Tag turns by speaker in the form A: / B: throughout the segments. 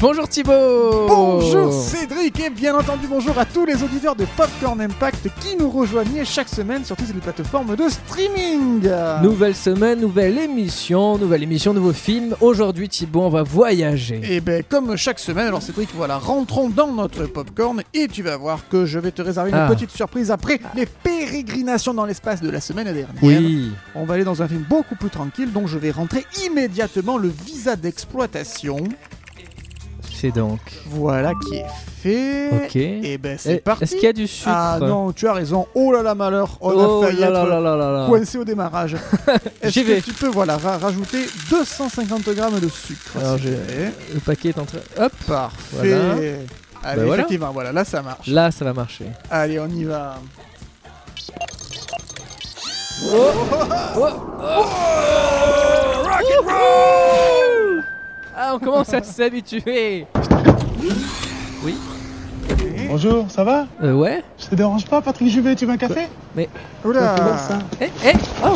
A: Bonjour Thibaut Oh.
B: Bonjour Cédric et bien entendu bonjour à tous les auditeurs de Popcorn Impact qui nous rejoignaient chaque semaine sur toutes les plateformes de streaming.
A: Nouvelle semaine, nouvelle émission, nouvelle émission, nouveau film. Aujourd'hui Thibaut, on va voyager.
B: Et ben comme chaque semaine, alors Cédric, voilà, rentrons dans notre popcorn et tu vas voir que je vais te réserver
A: Ah.
B: une petite surprise après les pérégrinations dans l'espace de la semaine dernière.
A: Oui,
B: On va aller dans un film beaucoup plus tranquille dont je vais rentrer immédiatement le visa d'exploitation.
A: c'est donc.
B: Voilà qui est fait.
A: Ok.
B: Et ben c'est
A: Est-
B: parti.
A: Est-ce qu'il y a du sucre
B: Ah non, tu as raison. Oh là là, malheur. On
A: Oh
B: a failli
A: là
B: être
A: là là là là là.
B: coincé au démarrage. Est-ce
A: Ah. J'y
B: que
A: vais.
B: Tu peux voilà ra- rajouter 250 grammes de sucre.
A: Alors,
B: s'il
A: j'ai-
B: te plaît.
A: Le paquet est en train. Hop
B: Parfait.
A: Voilà.
B: Allez,
A: Bah, voilà.
B: effectivement, voilà, là ça marche.
A: Là, ça va marcher.
B: Allez, on y va.
A: Ah, on commence à s'habituer
C: Bonjour, ça va
A: Euh, ouais
C: Je te dérange pas, Patrick Juvet, tu veux un café Euh,
B: Oula.
A: Eh, eh Oh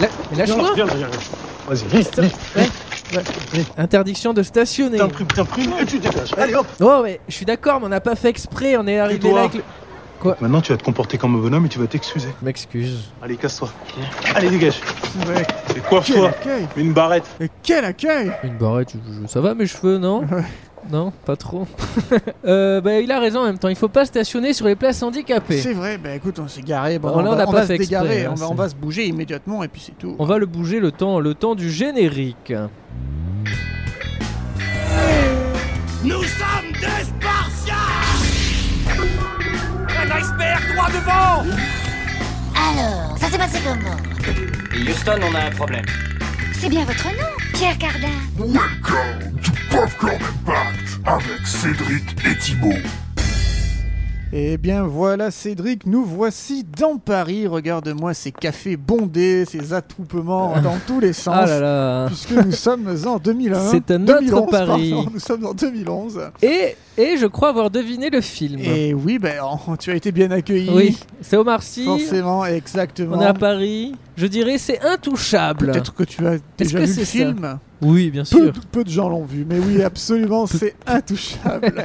A: La- mais Lâche-moi
C: viens, viens, viens. Vas-y, vite, vite,
A: Interdiction de stationner
C: t'imprimes, t'imprimes et tu dégages. Allez hop
A: Oh, mais je suis d'accord, mais on n'a pas fait exprès, on est arrivé
C: Tais-toi.
A: là avec le...
C: Maintenant, tu vas te comporter comme un bonhomme et tu vas t'excuser.
A: Je M'excuse.
C: Allez, casse-toi. Allez, dégage.
B: Ouais,
C: Et
B: Quel
C: coiffe-toi.
B: accueil.
C: Une barrette.
B: Et Quel accueil.
A: Une barrette, je- je- ça va mes cheveux, non
B: Ouais.
A: Non, pas trop. euh, bah, il a raison en même temps, il faut pas stationner sur les places handicapées.
B: C'est vrai, bah écoute, on s'est garé, bon,
A: Bon, là, on
B: on
A: n'a
B: va,
A: pas
B: va se
A: fait exprès,
B: dégarer,
A: hein,
B: on, va, on
A: c'est-
B: va se bouger immédiatement et puis c'est tout.
A: On va le bouger le temps, le temps du générique.
D: Nous sommes des Spartiates Un iceberg droit devant
E: Alors, ça s'est passé comment
F: Houston, on a un problème.
E: C'est bien votre nom, Pierre Cardin.
G: Welcome to Popcorn Impact avec Cédric et Thibault.
B: Eh bien voilà Cédric, nous voici dans Paris. Regarde-moi ces cafés bondés, ces attroupements dans tous les sens.
A: Ah là là
B: Puisque nous sommes en 2001.
A: C'est un autre
B: 2011,
A: Paris.
B: pardon, nous sommes en 2011.
A: et, et je crois avoir deviné le film.
B: Et oui, ben oh, tu as été bien accueilli.
A: Oui, c'est Omar Sy,
B: Forcément, exactement.
A: on est à Paris. Je dirais c'est intouchable.
B: Peut-être que tu as déjà
A: que
B: vu
A: c'est
B: le
A: ça
B: film.
A: Oui, bien
B: Peu,
A: sûr.
B: peu de gens l'ont vu, mais oui, absolument, c'est intouchable.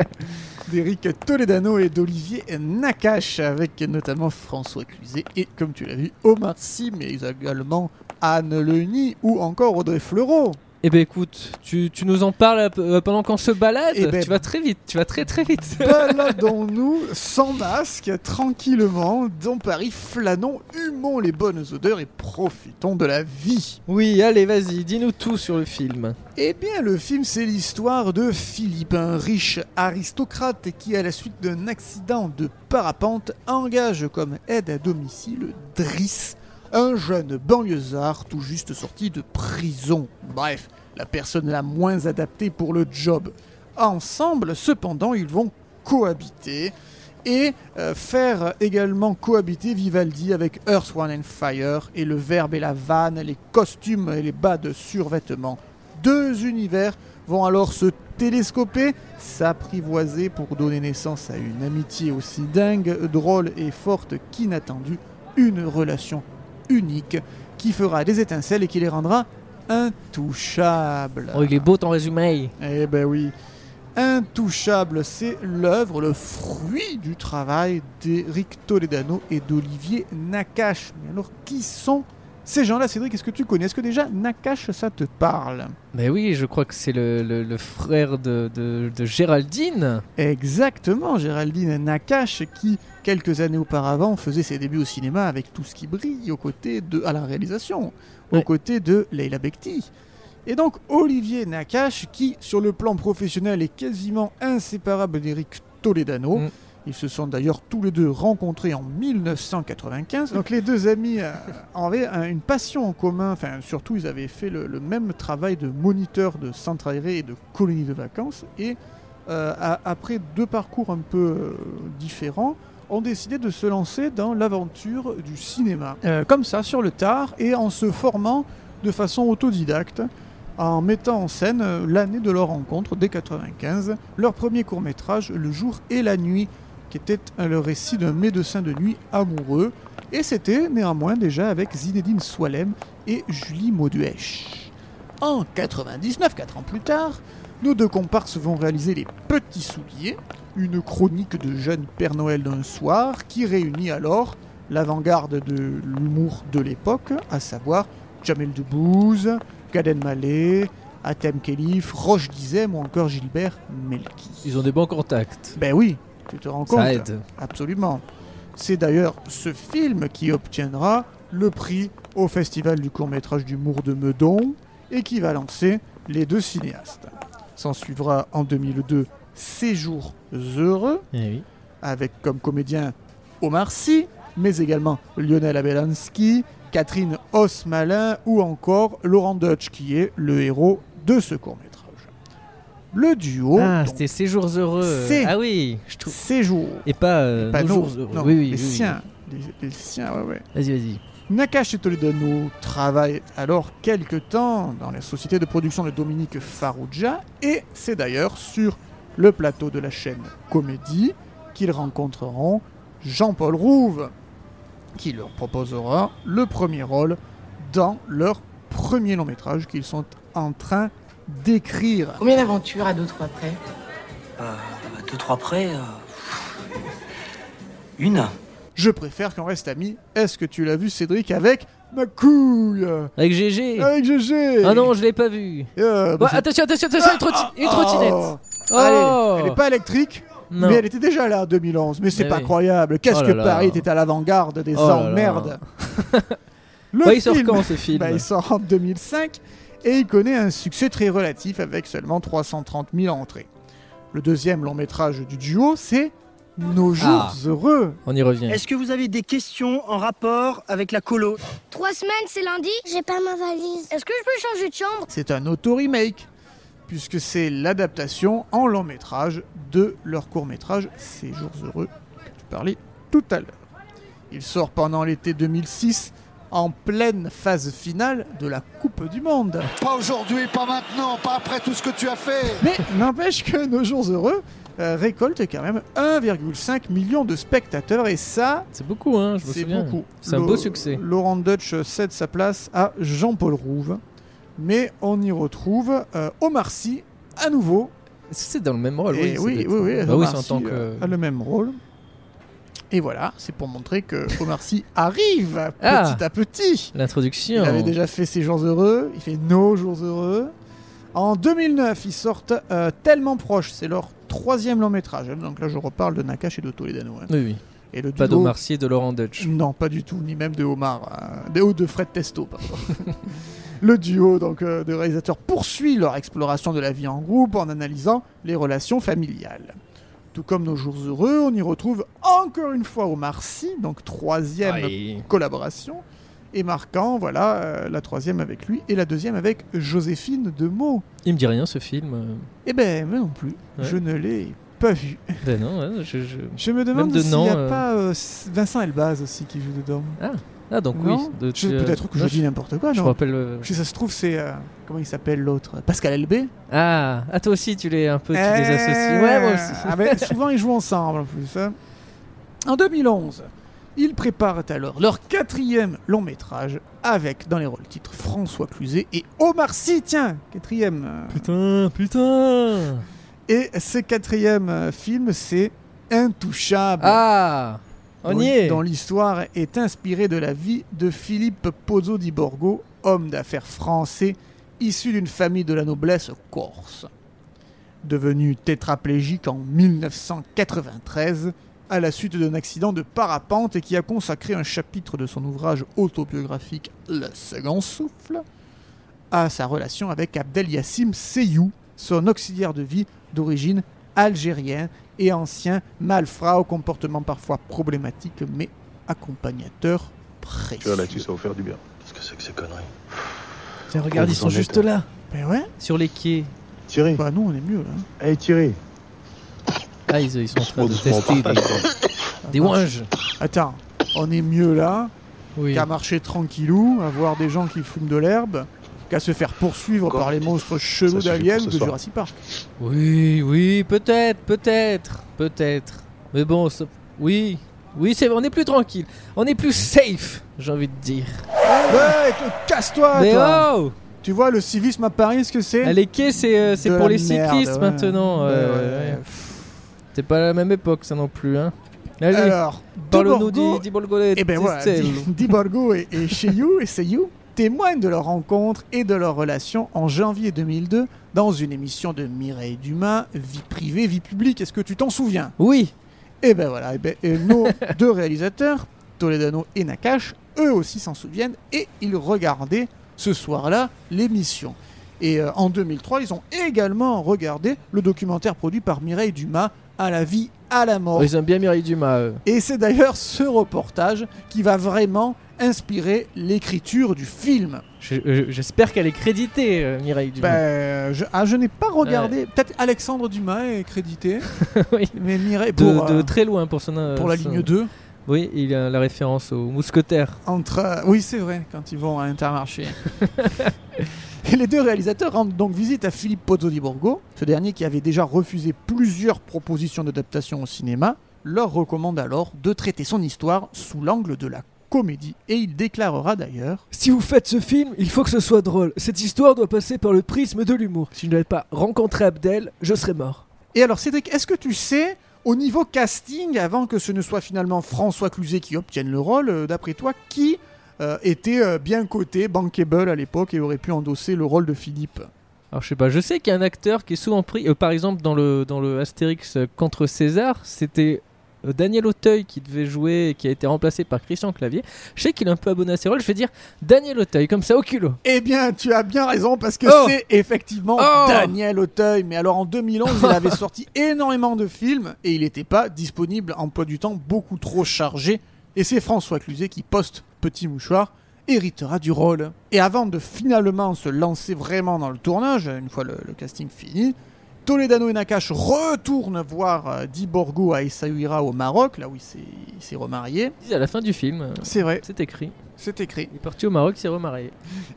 B: D'Éric Toledano et d'Olivier Nakache, avec notamment François Cluzet et, comme tu l'as vu, Omar Sy, mais également Anne Leni ou encore Audrey Fleurot.
A: Eh ben écoute, tu, tu nous en parles euh, pendant qu'on se balade.
B: Eh ben-
A: Tu vas très vite, tu vas très très vite.
B: Baladons-nous sans masque, tranquillement, dans Paris, flânons, humons les bonnes odeurs et profitons de la vie.
A: Oui, allez, vas-y, dis-nous tout sur le film.
B: Eh bien, le film, c'est l'histoire de Philippe, un riche aristocrate qui, à la suite d'un accident de parapente, engage comme aide à domicile Driss, un jeune banlieusard tout juste sorti de prison. Bref, la personne la moins adaptée pour le job. Ensemble, cependant, ils vont cohabiter et euh, faire également cohabiter Vivaldi avec Earth, One and Fire et le verbe et la vanne, les costumes et les bas de survêtement deux univers vont alors se télescoper, s'apprivoiser pour donner naissance à une amitié aussi dingue, drôle et forte qu'inattendue, une relation unique qui fera des étincelles et qui les rendra intouchables.
A: Oh, il est beau ton résumé.
B: Eh ben oui. Intouchable, c'est l'œuvre, le fruit du travail d'Eric Toledano et d'Olivier Nakache. Mais alors, qui sont ces gens-là, Cédric Est-ce que tu connais Est-ce que déjà Nakache, ça te parle
A: Mais oui, je crois que c'est le, le- le frère de, de- de Géraldine.
B: Exactement, Géraldine Nakache, qui, quelques années auparavant, faisait ses débuts au cinéma avec tout ce qui brille aux côtés de, à la réalisation, aux
A: Ouais.
B: côtés de Leila Bekti. Et donc Olivier Nakache, qui, sur le plan professionnel, est quasiment inséparable d'Eric Toledano.
A: Mm.
B: Ils se sont d'ailleurs tous les deux rencontrés en 1995. Donc les deux amis euh, avaient un- une passion en commun. Enfin, surtout, ils avaient fait le, le même travail de moniteur de centre aéré et de colonie de vacances. Et euh, a- après deux parcours un peu euh, différents, ont décidé de se lancer dans l'aventure du cinéma. Euh, comme ça, sur le tard, et en se formant de façon autodidacte, en mettant en scène euh, l'année de leur rencontre, dès 95, leur premier court-métrage, Le jour et la nuit, qui était euh, le récit d'un médecin de nuit amoureux, et c'était néanmoins déjà avec Zinedine Soilem et Julie Mauduèche. En 99, 4 ans plus tard, Nos deux comparses vont réaliser les petits souliers, une chronique de jeune Père Noël d'un soir qui réunit alors l'avant-garde de l'humour de l'époque, à savoir Jamel Debbouze, Gad Elmaleh, Atem Kelif, Roche Dizem ou encore Gilbert Melki.
A: Ils ont des bons contacts.
B: Ben oui, tu te rends compte.
A: Ça aide.
B: Absolument. C'est d'ailleurs ce film qui obtiendra le prix au Festival du court-métrage d'humour de Meudon et qui va lancer les deux cinéastes. S'en suivra en 2002 Séjours heureux
A: Eh oui.
B: avec comme comédien Omar Sy, mais également Lionel Abelansky, Catherine Osmalin ou encore Laurent Dutch qui est le héros de ce court-métrage. Le duo
A: ah,
B: donc,
A: c'était Ces jours heureux.
B: Oh. C'est-
A: Ah oui, je trouve.
B: Séjour
A: Et pas, euh,
B: pas
A: Nos
B: nous,
A: jours heureux.
B: non,
A: oui, oui,
B: les
A: oui, oui.
B: siens, les- les siens, ouais, ouais.
A: Vas-y, vas-y.
B: Nakash et Toledano travaillent alors quelque temps dans la société de production de Dominique Farrugia et c'est d'ailleurs sur le plateau de la chaîne Comédie qu'ils rencontreront Jean-Paul Rouve qui leur proposera le premier rôle dans leur premier long métrage qu'ils sont en train d'écrire.
H: Combien d'aventures à deux, trois près
F: Euh, à deux, trois près. euh, Une.
B: Je préfère qu'on reste amis. Est-ce que tu l'as vu Cédric avec ma couille
A: Avec GG.
B: Avec GG
A: Ah non, je l'ai pas vu.
B: Euh, bah,
A: Ouais, attention, attention, attention, une, trotti- une trottinette.
B: Oh.
A: Oh.
B: Allez, elle n'est pas électrique,
A: Non.
B: mais elle était déjà là en 2011. Mais c'est
A: Mais
B: pas
A: oui.
B: incroyable. Qu'est-ce
A: Oh là
B: que
A: là.
B: Paris était à l'avant-garde des
A: Oh là là.
B: emmerdes. Le
A: Ouais, il sort
B: film,
A: quand, ce film
B: bah, Il sort en 2005 et il connaît un succès très relatif avec seulement 330 000 entrées. Le deuxième long métrage du duo, c'est Nos jours
A: Ah.
B: heureux.
A: On y revient.
I: Est-ce que vous avez des questions en rapport avec la colo
E: Trois semaines, c'est lundi. J'ai pas ma valise. Est-ce que je peux changer de chambre
B: C'est un auto-remake, puisque c'est l'adaptation en long métrage de leur court métrage Ces jours heureux que tu parlais tout à l'heure. Il sort pendant l'été 2006, en pleine phase finale de la Coupe du Monde.
D: Pas aujourd'hui, pas maintenant, pas après tout ce que tu as fait.
B: Mais n'empêche que Nos jours heureux euh, récolte quand même 1,5 million de spectateurs, et ça,
A: C'est beaucoup, hein, je me
B: c'est
A: souviens.
B: beaucoup.
A: C'est un
B: Lo-
A: beau succès.
B: Laurent Dutch cède sa place à Jean-Paul Rouve, mais on y retrouve euh, Omar Sy à nouveau
A: Est-ce que c'est dans le même rôle
B: Et
A: ça doit
B: Eh oui, oui,
A: être- Bah
B: oui,
A: oui,
B: Omar
A: c'est en
B: Sy,
A: tant que.
B: euh, a le même rôle. Et voilà, c'est pour montrer que Omar Sy arrive
A: Ah.
B: petit à petit. Il
A: L'introduction.
B: avait déjà fait ses jours heureux, il fait nos jours heureux. En 2009, ils sortent euh, tellement proche, c'est leur troisième long métrage. hein. Donc là, je reparle de Nakash et de Toledano. hein.
A: Oui, oui.
B: Et le
A: Pas
B: duo-
A: d'Omar Sy et de Laurent Dutch.
B: non, pas du tout, ni même de Omar, euh, de, ou de Fred Testo, pardon. Le duo donc, euh, de réalisateurs poursuit leur exploration de la vie en groupe en analysant les relations familiales. Tout comme Nos Jours Heureux, on y retrouve encore une fois Omar Sy, donc troisième
A: Aïe.
B: collaboration, et marquant voilà euh, la troisième avec lui et la deuxième avec Joséphine Demeaux.
A: Il me dit rien ce film. euh.
B: Eh ben, moi non plus,
A: Ouais.
B: je ne l'ai pas vu.
A: Ben non, ouais, je, je-
B: Je me demande
A: de
B: s'il
A: nom,
B: n'y a
A: euh.
B: pas euh, Vincent Elbaz aussi qui joue dedans.
A: Ah donc
B: Non,
A: oui. de-
B: je-
A: tu- euh,
B: Peut-être que
A: non,
B: je dis n'importe quoi,
A: Je me
B: non
A: rappelle. euh,
B: Si ça se trouve, c'est. euh, comment il s'appelle l'autre Pascal LB
A: Ah, à toi aussi, tu les un peu, tu les associes. Ouais, moi aussi.
B: Eh, Ah ben, souvent, ils jouent ensemble en plus. hein. En 2011, ils préparent alors leur quatrième long métrage avec, dans les rôles titres, François Cluzet et Omar Sy, tiens, quatrième. euh,
A: Putain, putain.
B: Et ce quatrième euh, film, c'est Intouchable.
A: Ah, on
B: dont-
A: y est.
B: dont l'histoire est inspirée de la vie de Philippe Pozzo di Borgo, homme d'affaires français issu d'une famille de la noblesse corse. Devenu tétraplégique en 1993 à la suite d'un accident de parapente et qui a consacré un chapitre de son ouvrage autobiographique Le Second Souffle à sa relation avec Abdel Yassim Seyou, son auxiliaire de vie d'origine algérien et ancien malfrat au comportement parfois problématique mais accompagnateur
C: Tu vois,
B: précieux.
C: là-dessus, ça va vous faire du bien.
F: Qu'est-ce que c'est que ces conneries
A: Tiens, regarde, ils
C: Vous
A: sont
C: en
A: juste
C: êtes,
A: là,
B: Ben ouais,
A: sur les quais.
C: Thierry,
B: bah nous on est mieux là.
C: hey Thierry.
A: Ah, ils, ils sont en train de
C: Doucement,
A: tester
C: partage,
A: des, des ouinges.
B: Attends, on est mieux là
A: Oui.
B: qu'à marcher tranquillou, à voir des gens qui fument de l'herbe, qu'à se faire poursuivre
C: Encore.
B: par les monstres chelous
C: Ça suffit pour
B: d'aliens
C: ce
B: de
C: soir.
B: Jurassic Park.
A: Oui, oui, peut-être, peut-être, peut-être. Mais bon, ça- oui, oui, c'est vrai, on est plus tranquille. On est plus safe, j'ai envie de dire.
B: Ouais, te- casse-toi
A: Mais
B: Ah, toi.
A: oh
B: Tu vois, le civisme à Paris, ce que c'est
A: Ah, les quais, c'est euh, c'est
B: De
A: pour
B: la
A: les
B: merde,
A: cyclistes
B: ouais.
A: maintenant.
B: Ouais,
A: euh,
B: ouais, ouais.
A: pff, C'est pas la même époque, ça non plus. Hein. Allez,
B: Alors,
A: parle-nous
B: Borgo-
A: du Di Borgolette.
B: Et ben voilà, Di- Di Borgo et, et Seiyu, et Seiyu témoignent de leur rencontre et de leur relation en janvier 2002 dans une émission de Mireille Dumas, Vie privée, vie publique. Est-ce que tu t'en souviens
A: Oui,
B: Et ben voilà, eh ben, et nos deux réalisateurs, Toledano et Nakash, eux aussi s'en souviennent et ils regardaient ce soir-là l'émission. Et euh, en 2003, ils ont également regardé le documentaire produit par Mireille Dumas, À la vie, à la mort.
A: ils aiment bien Mireille Dumas. euh. eux.
B: Et c'est d'ailleurs ce reportage qui va vraiment inspirer l'écriture du film.
A: Je- je- J'espère qu'elle est créditée, euh, Mireille Dumas.
B: Ben, je, ah, je n'ai pas regardé. Peut-être Alexandre Dumas est crédité,
A: Oui.
B: mais Mireille
A: De,
B: pour,
A: de
B: euh,
A: très loin pour son. euh,
B: pour la
A: son-
B: ligne 2.
A: Oui, il a la référence aux mousquetaires.
B: Entre, euh, oui, c'est vrai, quand ils vont à Intermarché. Et les deux réalisateurs rendent donc visite à Philippe Pozzo di Borgo, ce dernier qui avait déjà refusé plusieurs propositions d'adaptation au cinéma, leur recommande alors de traiter son histoire sous l'angle de la comédie. Et il déclarera d'ailleurs
A: Si vous faites ce film, il faut que ce soit drôle. Cette histoire doit passer par le prisme de l'humour. Si je n'avais pas rencontré Abdel, je serais mort.
B: Et alors, Cédric, est-ce que tu sais, au niveau casting, avant que ce ne soit finalement François Cluzet qui obtienne le rôle, euh, d'après toi, qui euh, était euh, bien coté, bankable à l'époque et aurait pu endosser le rôle de Philippe
A: Alors je sais pas, je sais qu'il y a un acteur qui est souvent pris, euh, par exemple dans le, dans le Astérix euh, contre César, c'était euh, Daniel Auteuil qui devait jouer et qui a été remplacé par Christian Clavier. Je sais qu'il est un peu abonné à ses rôles, je vais dire Daniel Auteuil, comme ça au culot.
B: Eh bien, tu as bien raison parce que
A: Oh
B: c'est effectivement
A: Oh
B: Daniel Auteuil. Mais alors en 2011, il avait sorti énormément de films et il n'était pas disponible, emploi du temps beaucoup trop chargé. Et c'est François Cluzet qui poste Petit Mouchoir héritera du rôle. Et avant de finalement se lancer vraiment dans le tournage, une fois le, le casting fini, Toledano et Nakash retournent voir euh, Di Borgo à Essaouira au Maroc, là où il s'est- il s'est remarié.
A: Ils disent à la fin du film, euh,
B: C'est vrai,
A: c'est écrit.
B: c'est écrit.
A: Il est parti au Maroc, il s'est remarié.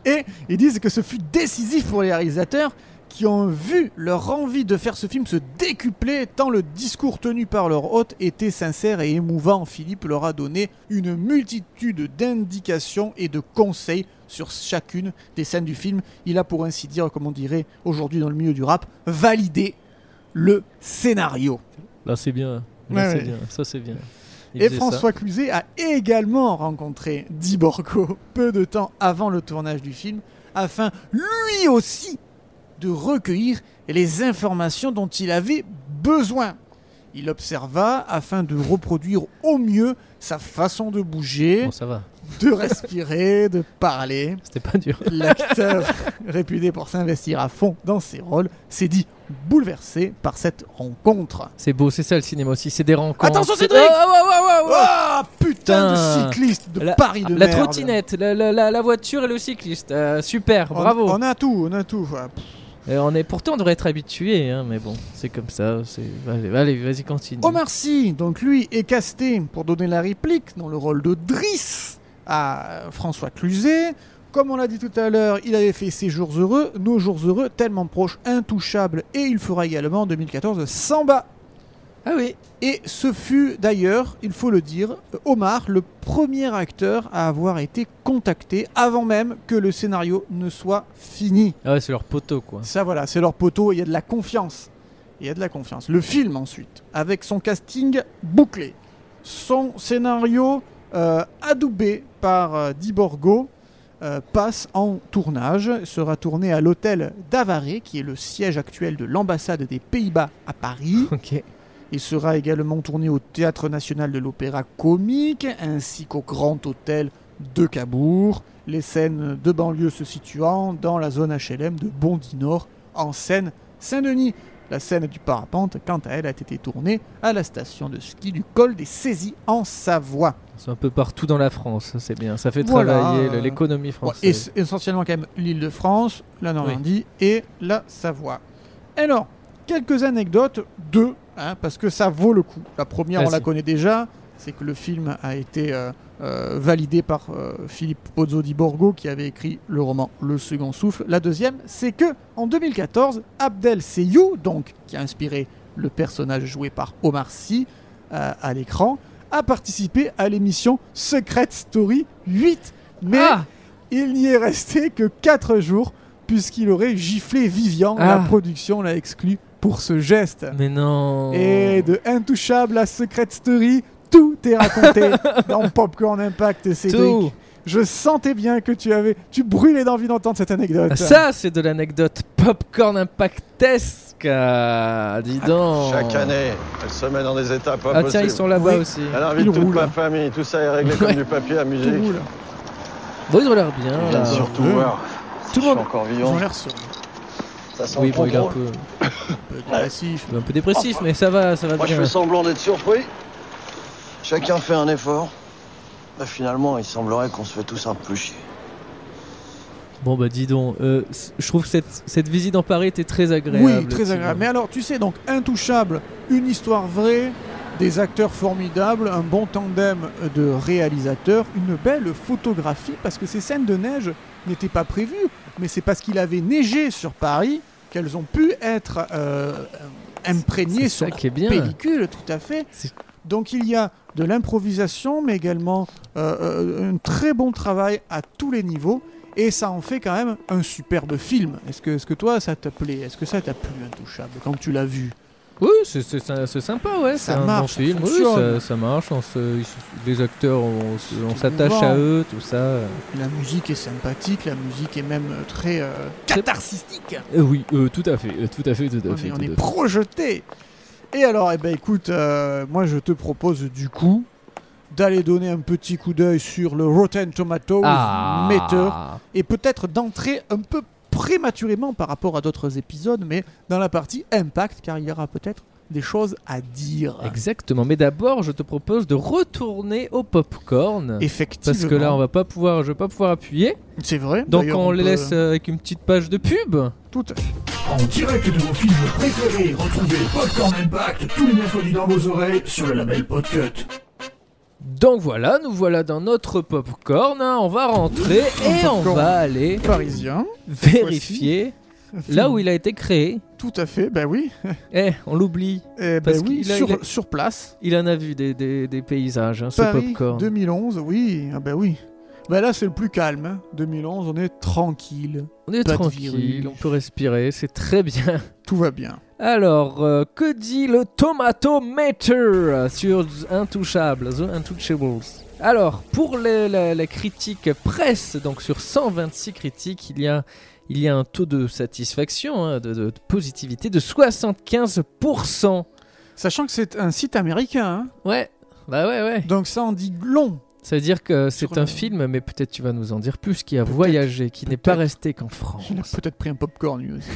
B: Et ils disent que ce fut décisif pour les réalisateurs qui ont vu leur envie de faire ce film se décupler tant le discours tenu par leur hôte était sincère et émouvant. Philippe leur a donné une multitude d'indications et de conseils sur chacune des scènes du film. Il a pour ainsi dire, comme on dirait aujourd'hui dans le milieu du rap, validé le scénario.
A: Là c'est bien,
B: Là, Ouais,
A: là
B: c'est
A: c'est
B: ouais. bien,
A: bien, ça c'est bien.
B: Et François Cluzet a également rencontré Di Borgo peu de temps avant le tournage du film, afin lui aussi de recueillir les informations dont il avait besoin. Il observa afin de reproduire au mieux sa façon de bouger,
A: Bon ça va,
B: de respirer, de parler.
A: c'était pas dur.
B: L'acteur, réputé pour s'investir à fond dans ses rôles, s'est dit bouleversé par cette rencontre.
A: C'est beau, c'est ça le cinéma aussi, c'est des rencontres.
B: Attention,
A: C'est-
B: Cédric
A: Oh, oh, oh, oh, oh.
B: Ah putain,
A: Putain.
B: de cycliste de
A: La-
B: Paris de
A: La
B: merde.
A: trottinette, la, la- la- la voiture et le cycliste. Euh, super,
B: On-
A: bravo.
B: On, a tout, on a tout. Ah, voilà.
A: Euh, on est, pourtant, on devrait être habitué, hein, mais bon, c'est comme ça. c'est- Allez, allez, vas-y, continue.
B: Omar Sy, donc lui, est casté pour donner la réplique dans le rôle de Driss à euh, François Cluzet. Comme on l'a dit tout à l'heure, il avait fait Ses Jours Heureux, Nos Jours Heureux, tellement proches, intouchables, et il fera également en 2014 Samba.
A: Ah oui,
B: Et ce fut d'ailleurs, il faut le dire, Omar, le premier acteur à avoir été contacté avant même que le scénario ne soit fini.
A: ah ouais, c'est leur poteau, quoi.
B: Ça voilà, c'est leur poteau, il y a de la confiance. Il y a de la confiance. Le film ensuite, avec son casting bouclé, son scénario euh, adoubé par euh, Di Borgo, euh, passe en tournage, sera tourné à l'hôtel d'Avaray, qui est le siège actuel de l'ambassade des Pays-Bas à Paris.
A: Ok.
B: Il sera également tourné au Théâtre National de l'Opéra Comique, ainsi qu'au Grand Hôtel de Cabourg, les scènes de banlieue se situant dans la zone HLM de Bondy-Nord, en Seine-Saint-Denis. La scène du parapente, quant à elle, a été tournée à la station de ski du col des Saisies en Savoie.
A: C'est un peu partout dans la France, c'est bien. Ça fait
B: Voilà,
A: travailler
B: euh,
A: le- l'économie
B: Ouais, et
A: française.
B: s- essentiellement quand même l'Île-de-France, la Normandie et la Savoie. Alors, quelques anecdotes, deux, hein, parce que ça vaut le coup. La première, on
A: Vas-y.
B: la connaît déjà, c'est que le film a été euh, euh, validé par euh, Philippe Pozzo di Borgo, qui avait écrit le roman Le Second Souffle. La deuxième, c'est que en 2014, Abdel Seyou, donc, qui a inspiré le personnage joué par Omar Sy euh, à l'écran, a participé à l'émission Secret Story 8. Mais
A: Ah
B: il n'y est resté que 4 jours puisqu'il aurait giflé Vivian,
A: Ah.
B: la production l'a exclu pour ce geste.
A: Mais non.
B: Et de Intouchable à Secret Story, tout est raconté dans Popcorn Impact, Cédric.
A: tout.
B: Je sentais bien que tu avais, tu brûlais d'envie d'entendre cette anecdote.
A: Ça, c'est de l'anecdote popcorn impactesque. Ah, dis donc.
H: Chaque année, elle se met dans des états pas
A: Ah tiens,
H: possibles.
A: ils sont hein. là-bas
B: Oui.
A: aussi.
H: Elle
B: Ils
H: invite toute
B: roulent.
H: ma famille, tout ça est réglé comme du papier à
B: Tout
H: musique.
B: roule.
A: Bon, ils ont l'air bien.
H: Viens
A: là.
H: surtout
B: Euh,
H: voir
A: Tout le
H: si je suis
A: monde.
H: encore
B: Ils ont
H: vivant.
B: l'air sûrs, un
H: Ça sent
A: Oui,
H: le
A: bon, il est un
H: contrôle.
A: peu,
B: peu agressif.
A: un peu dépressif, mais ça va, ça va
H: Moi, je
A: bien.
H: fais semblant d'être surpris. Chacun fait un effort. Mais finalement, il semblerait qu'on se fait tous un peu chier.
A: Bon, bah, dis donc. euh, c- je trouve que cette, cette visite en Paris était très agréable.
B: Oui, très
A: Thibaut.
B: agréable. Mais alors, tu sais, donc Intouchable, une histoire vraie, des acteurs formidables, un bon tandem de réalisateurs, une belle photographie, parce que ces scènes de neige n'étaient pas prévues, mais c'est parce qu'il avait neigé sur Paris qu'elles ont pu être euh, imprégnées
A: C'est
B: sur
A: ça qui est bien.
B: pellicule, tout à fait.
A: C'est-
B: Donc il y a de l'improvisation, mais également euh, euh, un très bon travail à tous les niveaux. Et ça en fait quand même un superbe film. Est-ce que, est-ce que toi, ça t'a plu Est-ce que ça t'a plu, Intouchable, quand tu l'as vu
A: Oui, c'est- c'est c'est- c'est sympa, ouais.
B: Ça
A: c'est un
B: marche, ça
A: bon film. Oui,
B: fonctionne.
A: ça, ça marche. On se- ils se- les acteurs, on, se- on
B: C'est
A: s'attache
B: émouvant.
A: à eux, tout ça. Euh,
B: La musique est sympathique, la musique est même euh, très euh, catharsistique.
A: oui, euh, tout à fait, euh, tout à fait, tout à
B: On
A: fait.
B: est, on
A: tout
B: est
A: à fait.
B: projeté. Et alors, eh ben, écoute, euh, moi je te propose du coup d'aller donner un petit coup d'œil sur le Rotten Tomatoes
A: Ah.
B: metteur et peut-être d'entrer un peu prématurément par rapport à d'autres épisodes, mais dans la partie impact, car il y aura peut-être des choses à dire.
A: Exactement. Mais d'abord, je te propose de retourner au popcorn.
B: Effectivement.
A: Parce que là, on va pas pouvoir, je vais pas pouvoir appuyer.
B: C'est vrai.
A: Donc,
B: D'ailleurs,
A: on les
B: peut-
A: laisse euh, avec une petite page de pub.
B: Tout à fait.
G: En direct de vos films préférés, retrouvez Popcorn Impact tous les mercredis dans vos
A: euh,
G: oreilles sur le label Podcut.
A: Donc voilà, nous voilà dans notre popcorn. hein. On va rentrer et on
B: popcorn.
A: va aller
B: Parisien.
A: vérifier là où il a été créé.
B: Tout à fait, ben oui.
A: Eh, on l'oublie.
B: Eh ben
A: Parce
B: oui,
A: qu'il a-
B: sur,
A: il a-
B: sur place.
A: Il en a vu des, des- des paysages, hein, ce
B: Paris
A: popcorn.
B: 2011, oui. Ah ben oui. Ben là, c'est le plus calme. hein. 2011, on est tranquille.
A: On est
B: pas de
A: tranquille,
B: virus.
A: on peut respirer, c'est très bien.
B: Tout va bien.
A: Alors, euh, que dit le tomatometer sur The Intouchables, The Untouchables Alors, pour les, la- la critique presse, donc sur 126 critiques, il y a, il y a un taux de satisfaction, hein, de, de- de positivité de 75%.
B: Sachant que c'est un site américain, hein.
A: Ouais, bah ouais, ouais.
B: donc ça en dit long.
A: Ça veut dire que c'est
B: Sur
A: un
B: le-
A: film, mais peut-être tu vas nous en dire plus, qui a
B: Peut-être,
A: voyagé, qui n'est pas
B: peut-être.
A: resté qu'en France.
B: Il a peut-être pris un popcorn lui aussi.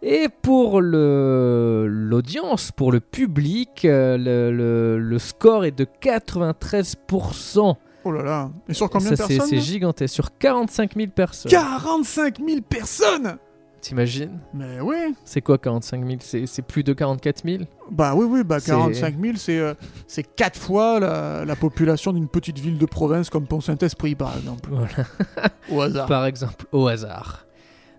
A: Et pour le- l'audience, pour le public, euh, le, le- le score est de 93%.
B: Oh là là. Et sur combien
A: Ça,
B: de
A: c'est- euh,
B: personnes
A: c'est
B: là
A: gigantesque. Sur 45 000 personnes.
B: 45 000 personnes
A: T'imagines
B: Mais oui
A: C'est quoi 45 000 C'est c'est plus de 44 000
B: Bah oui, oui, bah
A: C'est-
B: 45 000, c'est euh, c'est quatre fois la, la population d'une petite ville de province comme Pont-Saint-Esprit, par exemple.
A: Voilà.
B: Au hasard.
A: Par exemple, au hasard.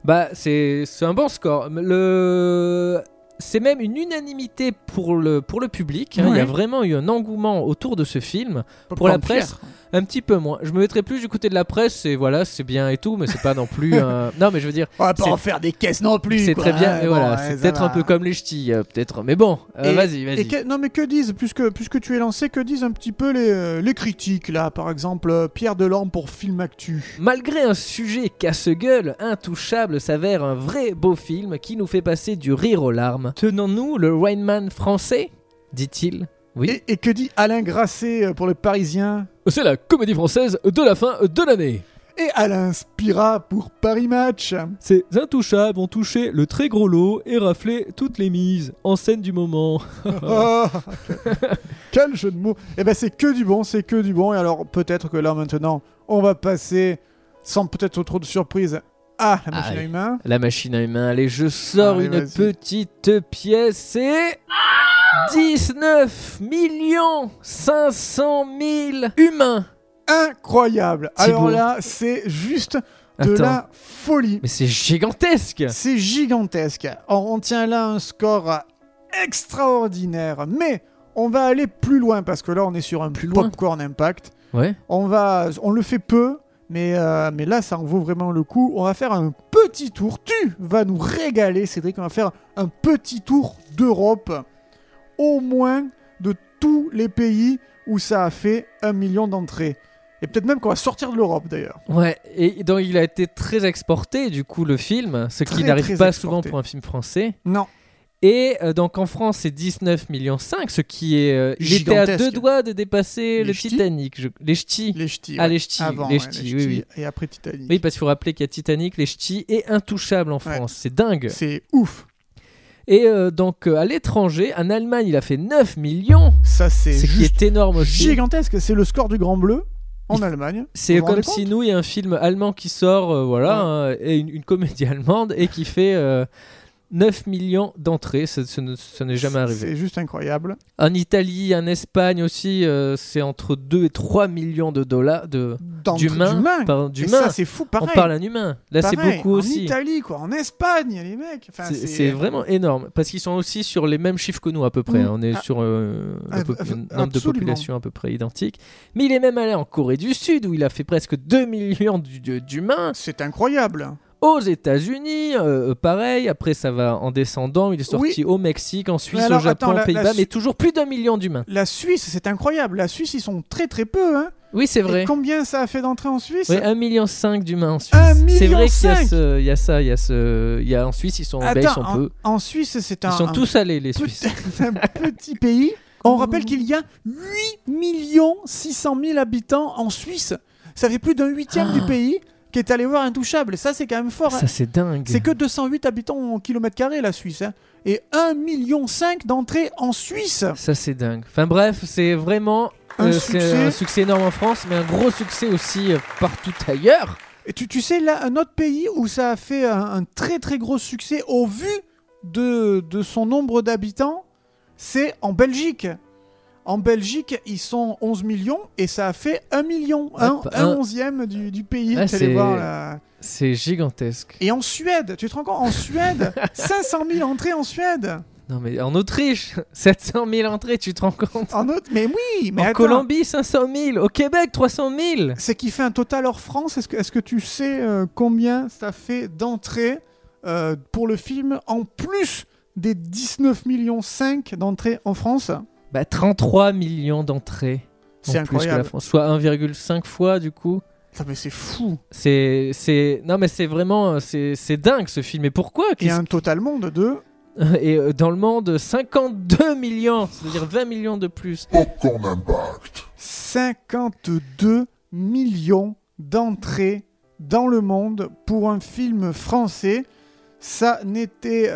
A: Bah, c'est c'est un bon score. Le... C'est même une unanimité pour le, pour le public. hein. Il y a
B: Ouais.
A: vraiment eu un engouement autour de ce film.
B: Popcorn
A: pour la presse,
B: fier.
A: Un petit peu moins. Je me mettrai plus du côté de la presse, et voilà, c'est bien et tout, mais c'est pas non plus un. Non, mais je veux dire,
B: On va pas
A: c'est-
B: en faire des caisses non plus.
A: c'est
B: quoi,
A: très bien,
B: hein,
A: mais
B: bon,
A: voilà,
B: ouais,
A: c'est
B: ça
A: peut-être
B: va.
A: un peu comme les ch'tis, euh, peut-être. Mais bon, euh,
B: Et-
A: vas-y,
B: Et
A: vas-y.
B: que- non mais que disent, puisque, puisque tu es lancé, que disent un petit peu les, euh, les critiques là Par exemple, euh, Pierre Delorme pour Film Actu.
A: Malgré un sujet casse-gueule, Intouchable s'avère un vrai beau film qui nous fait passer du rire aux larmes. Tenons-nous le Rainman français dit-il. Oui.
B: Et, et que dit Alain Grasset euh, pour le Parisien
A: C'est la comédie française de la fin de l'année.
B: Et Alain Spira pour Paris Match.
A: Ces intouchables ont touché le très gros lot et raflé toutes les mises en scène du moment.
B: Oh, quel jeu de mots Eh ben c'est que du bon, c'est que du bon. Et alors peut-être que là maintenant, on va passer, sans peut-être trop de surprise, à la machine à
A: Aïe.
B: humains.
A: La machine à humains, allez, je sors
B: Allez,
A: une
B: vas-y.
A: petite pièce. C'est 19 500 000 humains.
B: Incroyable
A: C'est
B: Alors
A: beau.
B: là, c'est juste de
A: Attends,
B: la folie.
A: mais c'est gigantesque.
B: C'est gigantesque. Or, on tient là un score extraordinaire. Mais on va aller plus loin parce que là, on est sur un
A: Plus loin.
B: popcorn impact.
A: Ouais.
B: On va, on le fait peu, mais euh, mais là, ça en vaut vraiment le coup. On va faire un peu petit tour. Tu vas nous régaler, Cédric. On va faire un petit tour d'Europe. Au moins de tous les pays où ça a fait un million d'entrées. Et peut-être même qu'on va sortir de l'Europe d'ailleurs.
A: Ouais, et donc il a été très exporté, du coup, le film, ce qui
B: Très,
A: n'arrive
B: très
A: pas
B: exporté.
A: souvent pour un film français.
B: Non.
A: Et euh, donc en France, c'est 19,5 millions, ce qui est. euh, il était à deux
B: Gigantesque.
A: doigts de dépasser
B: Les
A: le
B: ch'tis
A: Titanic. je- Les ch'tis.
B: Les ch'tis.
A: Ah,
B: ouais.
A: les ch'tis,
B: Avant,
A: les
B: ouais,
A: ch'tis, oui, oui.
B: Et après Titanic.
A: Oui, parce qu'il faut rappeler qu'il y a Titanic, les ch'tis et Intouchables en
B: Ouais.
A: France. C'est dingue.
B: C'est ouf.
A: Et euh, donc euh, à l'étranger, en Allemagne, il a fait 9 millions,
B: Ça, c'est
A: ce qui
B: juste
A: est énorme aussi.
B: gigantesque. C'est le score du Grand Bleu en
A: Il-
B: Allemagne.
A: C'est
B: Vous vous
A: comme
B: rendez
A: si
B: compte
A: nous, il y a un film allemand qui sort, euh, voilà, hein, et une, une comédie allemande, et qui fait euh, 9 millions d'entrées. Ça, ça ne- ça n'est jamais arrivé.
B: C'est juste incroyable.
A: En Italie, en Espagne aussi, euh, c'est entre 2 et 3 millions de dollars de
B: D'entre-
A: d'humains.
B: d'humains.
A: Pardon,
B: Et
A: d'humains.
B: ça, c'est fou.
A: On
B: Pareil.
A: parle en humain. Là, c'est
B: Pareil,
A: beaucoup
B: En
A: aussi.
B: Italie, quoi, en Espagne, les mecs. Enfin, euh,
A: C'est- c'est vraiment énorme parce qu'ils sont aussi sur les mêmes chiffres que nous à peu près.
B: Mm.
A: On est
B: Ah.
A: sur euh,
B: Ah,
A: le po-
B: ah,
A: un nombre de
B: absolument.
A: populations à peu près identique. Mais il est même allé en Corée du Sud où il a fait presque 2 millions d'hu- d'hu- d'humains.
B: C'est incroyable.
A: Aux États-Unis, euh, pareil. Après, ça va en descendant. Il est sorti
B: Oui.
A: au Mexique, en Suisse,
B: Mais alors,
A: au Japon,
B: attends, la-
A: aux
B: la
A: Pays-Bas,
B: Su-
A: mais toujours plus d'un million d'humains.
B: La Suisse, c'est incroyable. La Suisse, ils sont très très peu. Hein.
A: Oui, c'est
B: Et
A: vrai.
B: combien ça a fait d'entrées en Suisse
A: Oui, 1,5 million d'humains en Suisse.
B: Un
A: C'est
B: million
A: vrai qu'il y a,
B: cinq
A: ce- il y a ça, il y a ce, il y a en Suisse ils sont, ben, ils
B: Attends,
A: sont
B: en,
A: peu,
B: en Suisse, c'est un,
A: ils sont
B: un
A: tous allés les Suisses.
B: petit, un petit pays. On rappelle qu'il y a 8 millions 600 000 habitants en Suisse. Ça fait plus d'un huitième du pays qui est allé voir Intouchable. Et ça, c'est quand même fort. hein.
A: Ah. Ça c'est dingue.
B: C'est que 208 habitants au kilomètre carré, la Suisse. hein. Et 1,5 million d'entrées en Suisse.
A: Ça, c'est dingue. Enfin bref, c'est vraiment
B: Un
A: euh, c'est
B: succès.
A: un succès énorme en France, mais un gros succès aussi euh, partout ailleurs.
B: Et tu, tu sais, là, un autre pays où ça a fait un, un très très gros succès au vu de, de son nombre d'habitants, c'est en Belgique. En Belgique, ils sont 11 millions et ça a fait 1 million, un,
A: pas-
B: un
A: Ah, un-
B: onzième du, du pays.
A: Ah,
B: T'es allé
A: c'est-
B: voir, là.
A: C'est gigantesque.
B: Et en Suède, tu te rends compte En Suède, 500 000 entrées en Suède.
A: Non mais en Autriche, 700 000 entrées, tu te rends compte
B: En autre... Mais oui, Oh, mais
A: En
B: attends.
A: Colombie, 500 000. Au Québec, 300 000.
B: C'est qui fait un total hors France. Est-ce que, est-ce que tu sais euh, combien ça fait d'entrées euh, pour le film en plus des 19 millions 5 d'entrées en France
A: Bah 33 millions d'entrées. en
B: C'est
A: plus que la
B: incroyable.
A: France, soit 1,5 fois du coup.
B: Putain, mais c'est fou.
A: C'est c'est non mais c'est vraiment euh, c'est c'est dingue ce film. Et pourquoi
B: Et
A: Qu'est-ce-
B: un total monde de
A: Et euh, dans le monde, 52 millions, c'est-à-dire 20 millions de plus.
G: Popcorn Impact.
B: 52 millions d'entrées dans le monde pour un film français. Ça n'était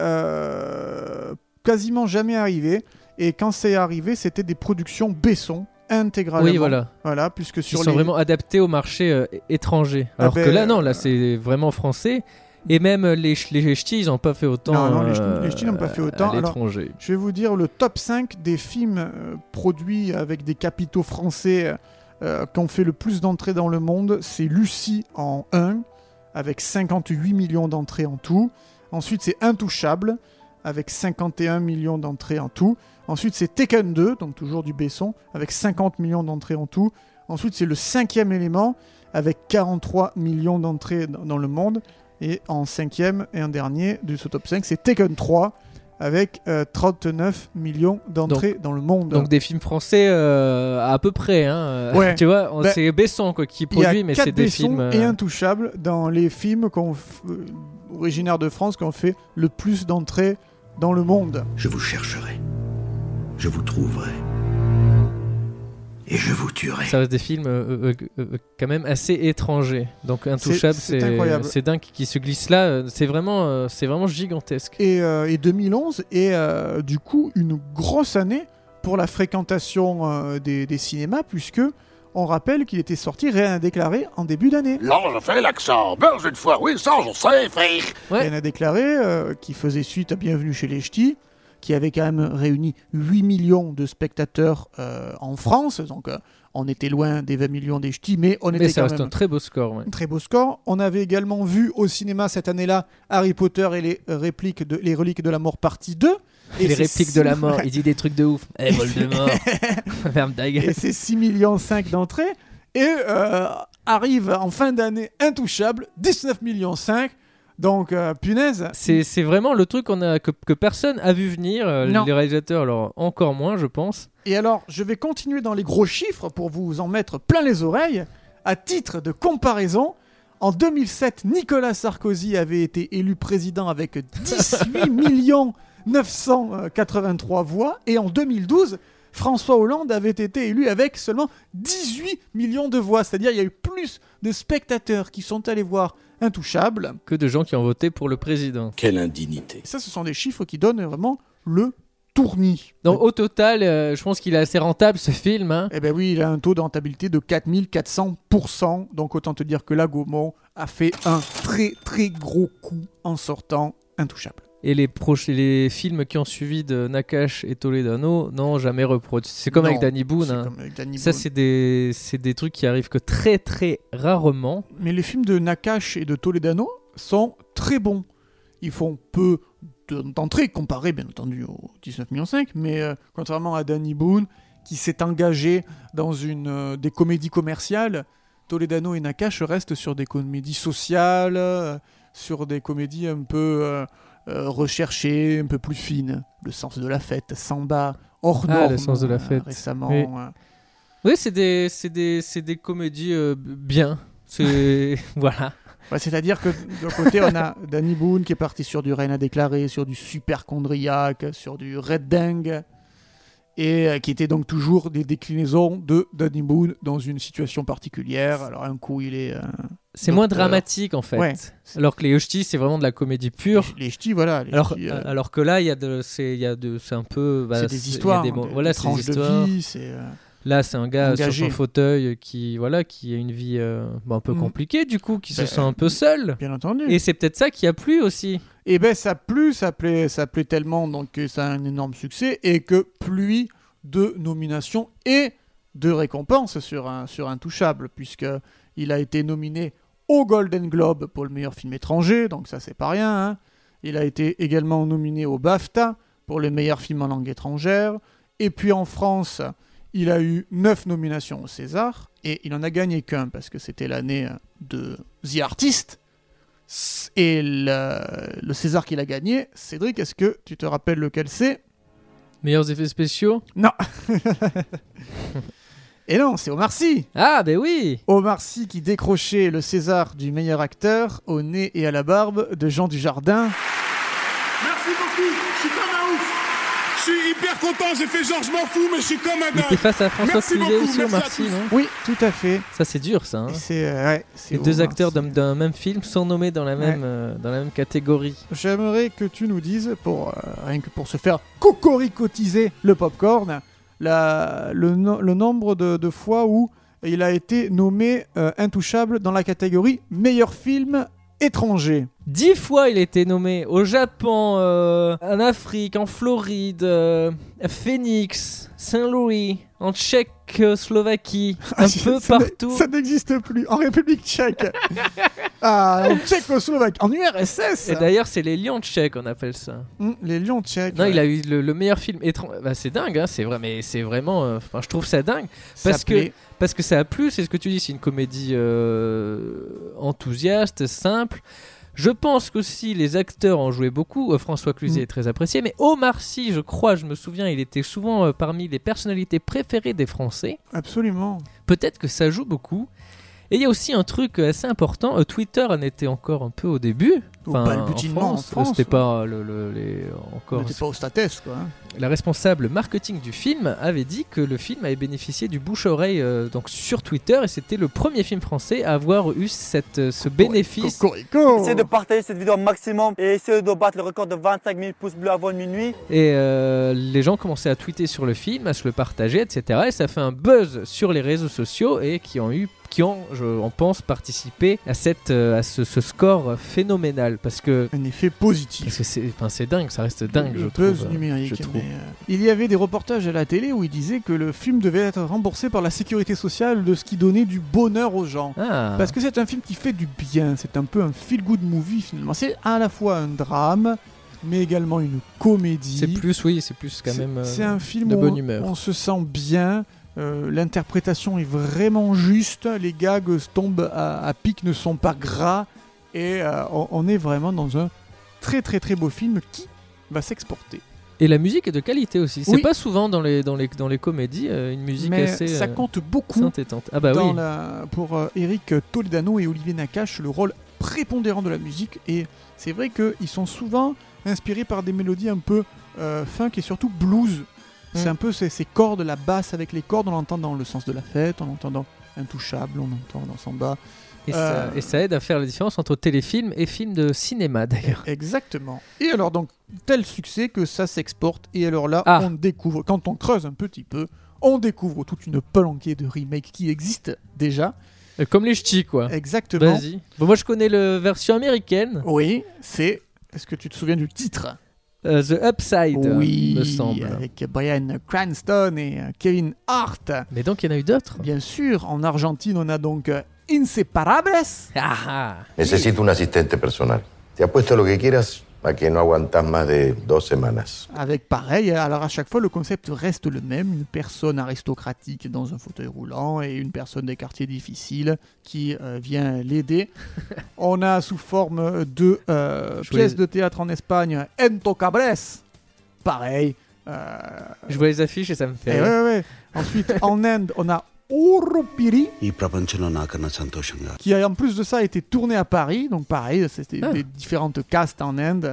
B: euh, quasiment jamais arrivé. Et quand c'est arrivé, c'était des productions Besson intégralement.
A: Oui, voilà.
B: Voilà, puisque sur
A: Ils sont
B: les-
A: vraiment adaptés au marché euh, é- étranger.
B: Ah
A: Alors que
B: ben,
A: là, non,
B: euh,
A: là, c'est vraiment français. Et même euh, les, ch- les ch'tis, ils n'ont pas fait autant.
B: Non, non, les ch'tis-
A: euh,
B: les ch'tis n'ont pas fait
A: à
B: autant. Alors-
A: l'étranger.
B: Je vais vous dire le top 5 des films euh, produits avec des capitaux français euh, qui ont fait le plus d'entrées dans le monde. C'est Lucie en 1, avec 58 millions d'entrées en tout. Ensuite, c'est Intouchable, avec 51 millions d'entrées en tout. Ensuite, c'est Tekken 2, donc toujours du Besson, avec 50 millions d'entrées en tout. Ensuite, c'est le cinquième élément, avec 43 millions d'entrées dans dans le monde. Et en cinquième et en dernier de ce top 5, c'est Tekken 3, avec euh, 39 millions d'entrées dans le monde.
A: Donc des films français euh, à peu près. Hein.
B: Ouais.
A: tu vois, on-
B: Ben,
A: c'est Besson quoi, qui produit, mais
B: quatre
A: c'est des
B: Besson
A: films. euh,
B: et Intouchables dans les films qu'on f- euh, originaires de France qui ont fait le plus d'entrées dans le monde.
F: Je vous chercherai. Je vous trouverai. Et je vous tuerai.
A: Ça reste des films euh, euh, euh, euh, quand même assez étrangers. Donc Intouchable,
B: c'est
A: c'est
B: incroyable.
A: c'est dingue qui se glisse là. euh, C'est vraiment, euh, c'est vraiment gigantesque.
B: Et, euh, et 2011 est euh, du coup une grosse année pour la fréquentation euh, des, des cinémas puisque on rappelle qu'il était sorti rien à déclarer en début d'année.
J: Non, je fais l'accent. Ben, une fois, oui, ça, je sais, frère.
A: Ouais.
B: Rien à déclarer euh, qui faisait suite à Bienvenue chez les Ch'tis qui avait quand même réuni 8 millions de spectateurs euh, en France. Donc euh, on était loin des 20 millions des Ch'tis mais on
A: Mais
B: était
A: ça
B: quand
A: reste
B: même
A: un très beau score. ouais.
B: Très beau score. On avait également vu au cinéma cette année-là Harry Potter et les euh, répliques de les reliques de la mort partie 2 et
A: les
B: c'est
A: répliques
B: six-
A: de la mort, il dit des trucs de ouf. Eh Voldemort, ferme ta gueule.
B: et c'est 6 millions 5 d'entrées et euh, arrive en fin d'année intouchable 19 millions 5 Donc, euh, punaise.
A: C'est c'est vraiment le truc qu'on a, que, que personne a vu venir, euh,
B: Non.
A: les réalisateurs, alors encore moins, je pense.
B: Et alors, je vais continuer dans les gros chiffres pour vous en mettre plein les oreilles. À titre de comparaison, en 2007, Nicolas Sarkozy avait été élu président avec 18 millions 983 voix. Et en 2012, François Hollande avait été élu avec seulement 18 millions de voix. C'est-à-dire, il y a eu plus de spectateurs qui sont allés voir Intouchables.
A: Que de gens qui ont voté pour le président.
F: Quelle indignité.
B: Et ça, ce sont des chiffres qui donnent vraiment le tournis.
A: Donc au total, euh, je pense qu'il est assez rentable ce film. hein.
B: Eh ben oui, il a un taux de rentabilité de 4400%. Donc autant te dire que la Gaumont a fait un très très gros coup en sortant intouchable.
A: Et les, proches, les films qui ont suivi de Nakash et Toledano, non, jamais reproduits. C'est comme
B: Non,
A: avec Danny Boone.
B: C'est
A: hein.
B: comme avec Danny
A: Ça,
B: Boone.
A: c'est des, c'est des trucs qui arrivent que très très rarement.
B: Mais les films de Nakash et de Toledano sont très bons. Ils font peu de- d'entrées comparé bien entendu aux 19,5 millions, mais euh, contrairement à Danny Boone qui s'est engagé dans une euh, des comédies commerciales, Toledano et Nakash restent sur des comédies sociales, euh, sur des comédies un peu euh, euh, recherchées, un peu plus fines. Le sens de la fête, Samba, hors
A: Ah, le
B: norme,
A: sens de la
B: euh,
A: fête.
B: récemment.
A: Oui.
B: euh,
A: Oui, c'est des, c'est des, c'est des comédies euh, b- bien. C'est voilà.
B: Ouais, C'est-à-dire que d'un côté, on a Danny Boone qui est parti sur du Reine à déclarer, sur du Superchondriaque, sur du Red Dingue, et euh, qui était donc toujours des déclinaisons de Danny Boone dans une situation particulière. Alors, un coup, il est. euh,
A: C'est moins
B: Docteur.
A: dramatique en fait.
B: Ouais.
A: Alors que les Hosties, c'est vraiment de la comédie pure.
B: les ch'tis, voilà. les
A: Alors,
B: ch'tis, euh,
A: alors que là, il y a de, c'est, il y a de, c'est un peu. bah,
B: c'est
A: il y a
B: des histoires,
A: des
B: hein,
A: mo-
B: des-
A: voilà,
B: des
A: c'est
B: tranches
A: des histoires.
B: de vie. c'est, euh,
A: Là, c'est un gars
B: Engagé.
A: sur son fauteuil qui, voilà, qui a une vie euh, bah, un peu
B: Mm.
A: compliquée du coup, qui
B: Ben, mm.
A: se sent un peu seul.
B: bien entendu.
A: Et c'est peut-être ça qui a plu aussi.
B: Et ben ça plut, ça plaît, ça plaît tellement donc que ça a un énorme succès et que pluie de nominations et de récompenses sur un sur Intouchable puisque il a été nominé au Golden Globe pour le meilleur film étranger, donc ça c'est pas rien. hein. Il a été également nominé au BAFTA pour le meilleur film en langue étrangère et puis en France, il a eu 9 nominations au César et il en a gagné qu'un parce que c'était l'année de The Artist. S- Et le, le César qu'il a gagné, Cédric, est-ce que tu te rappelles lequel c'est
A: Meilleurs effets spéciaux.
B: Et Eh non, c'est Omar Sy
A: Ah, ben oui.
B: Omar Sy qui décrochait le César du meilleur acteur au nez et à la barbe de Jean Dujardin.
J: Merci beaucoup, je suis comme un Ah, ouf. Je suis hyper content, j'ai fait genre je m'en fous, mais je suis comme un
A: Il était face à François
J: Merci
A: Cluzet
J: beaucoup,
A: aussi, au
J: merci à
A: Marcy,
J: tous.
A: non
B: Oui, tout à fait.
A: Ça, c'est dur, ça. hein.
B: Et c'est euh, ouais, c'est
A: Les deux
B: Omar
A: acteurs
B: Sy.
A: d'un- d'un même film sont nommés dans la même, euh, dans la même catégorie.
B: J'aimerais que tu nous dises, pour, euh, rien que pour se faire cocoricotiser le popcorn, la, le, no- le nombre de, de fois où il a été nommé euh, intouchable dans la catégorie meilleur film étranger.
A: Dix fois, il a été nommé au Japon, euh, en Afrique, en Floride, euh, à Phoenix, Saint-Louis, en Tchécoslovaquie, un peu
B: Ah, Ça n'e-
A: partout.
B: Ça n'existe plus. En République tchèque. Ah, en Tchécoslovaque. En URSS.
A: Et d'ailleurs, c'est les lions tchèques, on appelle ça.
B: Hum, les lions tchèques.
A: ben- Non, il a eu le, le meilleur film étranger. Bah, c'est dingue, hein, c'est vrai, mais c'est vraiment. euh, Enfin, je trouve ça dingue.
B: Ça
A: parce que-
B: plaît.
A: Parce que ça a plu, c'est ce que tu dis, c'est une comédie euh, enthousiaste, simple. Je pense qu'aussi les acteurs ont joué beaucoup. Euh, François Cluzet
B: Mm.
A: est très apprécié, mais Omar Sy, je crois, je me souviens, il était souvent euh, parmi les personnalités préférées des Français.
B: Absolument.
A: Peut-être que ça joue beaucoup. Et il y a aussi un truc euh, assez important. euh, Twitter en était encore un peu au début.
B: Au
A: Enfin,
B: balbutiement en
A: en France, euh,
B: France,
A: c'était
B: ouais.
A: pas euh, le, le- les-
B: On
A: encore.
B: n'était pas au statès, quoi. hein.
A: La responsable marketing du film avait dit que le film avait bénéficié du bouche-oreille euh, donc sur Twitter et c'était le premier film français à avoir eu cette, euh, ce bénéfice.
B: Cocorico.
I: partager cette vidéo au maximum et essayer de battre le record de 25 000 pouces bleus avant minuit.
A: Et euh, les gens commençaient à tweeter sur le film, à se le partager, etc. Et ça fait un buzz sur les réseaux sociaux et qui ont eu, qui ont, je en pense, participé à cette, euh, à ce, ce score phénoménal parce que
B: Un effet positif.
A: parce que c'est, enfin, c'est dingue, ça reste dingue,
B: Le
A: je
B: buzz
A: trouve. euh,
B: numérique.
A: je trouve.
B: mais, euh, il y avait des reportages à la télé où il disait que le film devait être remboursé par la sécurité sociale de ce qui donnait du bonheur aux gens.
A: Ah,
B: Parce que c'est un film qui fait du bien, c'est un peu un feel-good movie finalement. C'est à la fois un drame, mais également une comédie.
A: c'est plus, oui, c'est plus quand
B: C'est-
A: même. euh,
B: C'est un film
A: de
B: où
A: bonne
B: on-
A: humeur.
B: on se sent bien. euh, L'interprétation est vraiment juste. Les gags tombent à, à pic, ne sont pas gras. Et euh, on, on est vraiment dans un très très très beau film qui va s'exporter.
A: Et la musique est de qualité aussi. C'est
B: Oui.
A: pas souvent dans les, dans les, dans les comédies euh, une musique
B: Mais
A: assez
B: ça
A: euh,
B: compte beaucoup
A: synthétante. Ah bah
B: dans
A: oui.
B: la- pour euh, Eric Toledano et Olivier Nakache le rôle prépondérant de la musique. Et c'est vrai qu'ils sont souvent inspirés par des mélodies un peu euh, funk et surtout blues. C'est
A: Mm.
B: un peu ces, ces cordes, la basse avec les cordes, on l'entend dans le sens de la fête, on l'entend dans Intouchable, on l'entend dans Samba.
A: Et, ça,
B: euh,
A: et ça aide à faire la différence entre téléfilm et film de cinéma d'ailleurs.
B: Exactement. Et alors donc, tel succès que ça s'exporte. Et alors là,
A: Ah.
B: on découvre, quand on creuse un petit peu, on découvre toute une palanquée de remakes qui existent déjà.
A: Euh, Comme les ch'tis quoi.
B: Exactement.
A: Vas-y. Bon, moi je connais la version américaine,
B: Oui, c'est. Est-ce que tu te souviens du titre
A: euh, The Upside,
B: Oui,
A: me semble.
B: avec Brian Cranston et euh, Kevin Hart.
A: Mais donc il y en a eu d'autres.
B: Bien sûr, en Argentine, on a donc euh, Inseparables.
A: Ah, ah.
F: Necesito un asistente personal. Te apuesto lo que quieras a que no aguantás más de dos semanas.
B: Avec pareil, alors à chaque fois, le concept reste le même une personne aristocratique dans un fauteuil roulant et une personne des quartiers difficiles qui euh, vient l'aider. on a sous forme de euh,
A: Je
B: pièce
A: voulais-
B: de théâtre en Espagne, Entocables. Pareil. euh,
A: Je vois les affiches et ça me fait.
B: Eh
A: rire.
B: ouais, ouais. Ensuite, en Inde, on a Urupiri,
F: ఈ ప్రపంచంలో నాకన్నా సంతోషంగా
B: qui a en plus de ça été tourné à Paris. Donc pareil, c'était
A: Ah.
B: des différentes castes en Inde,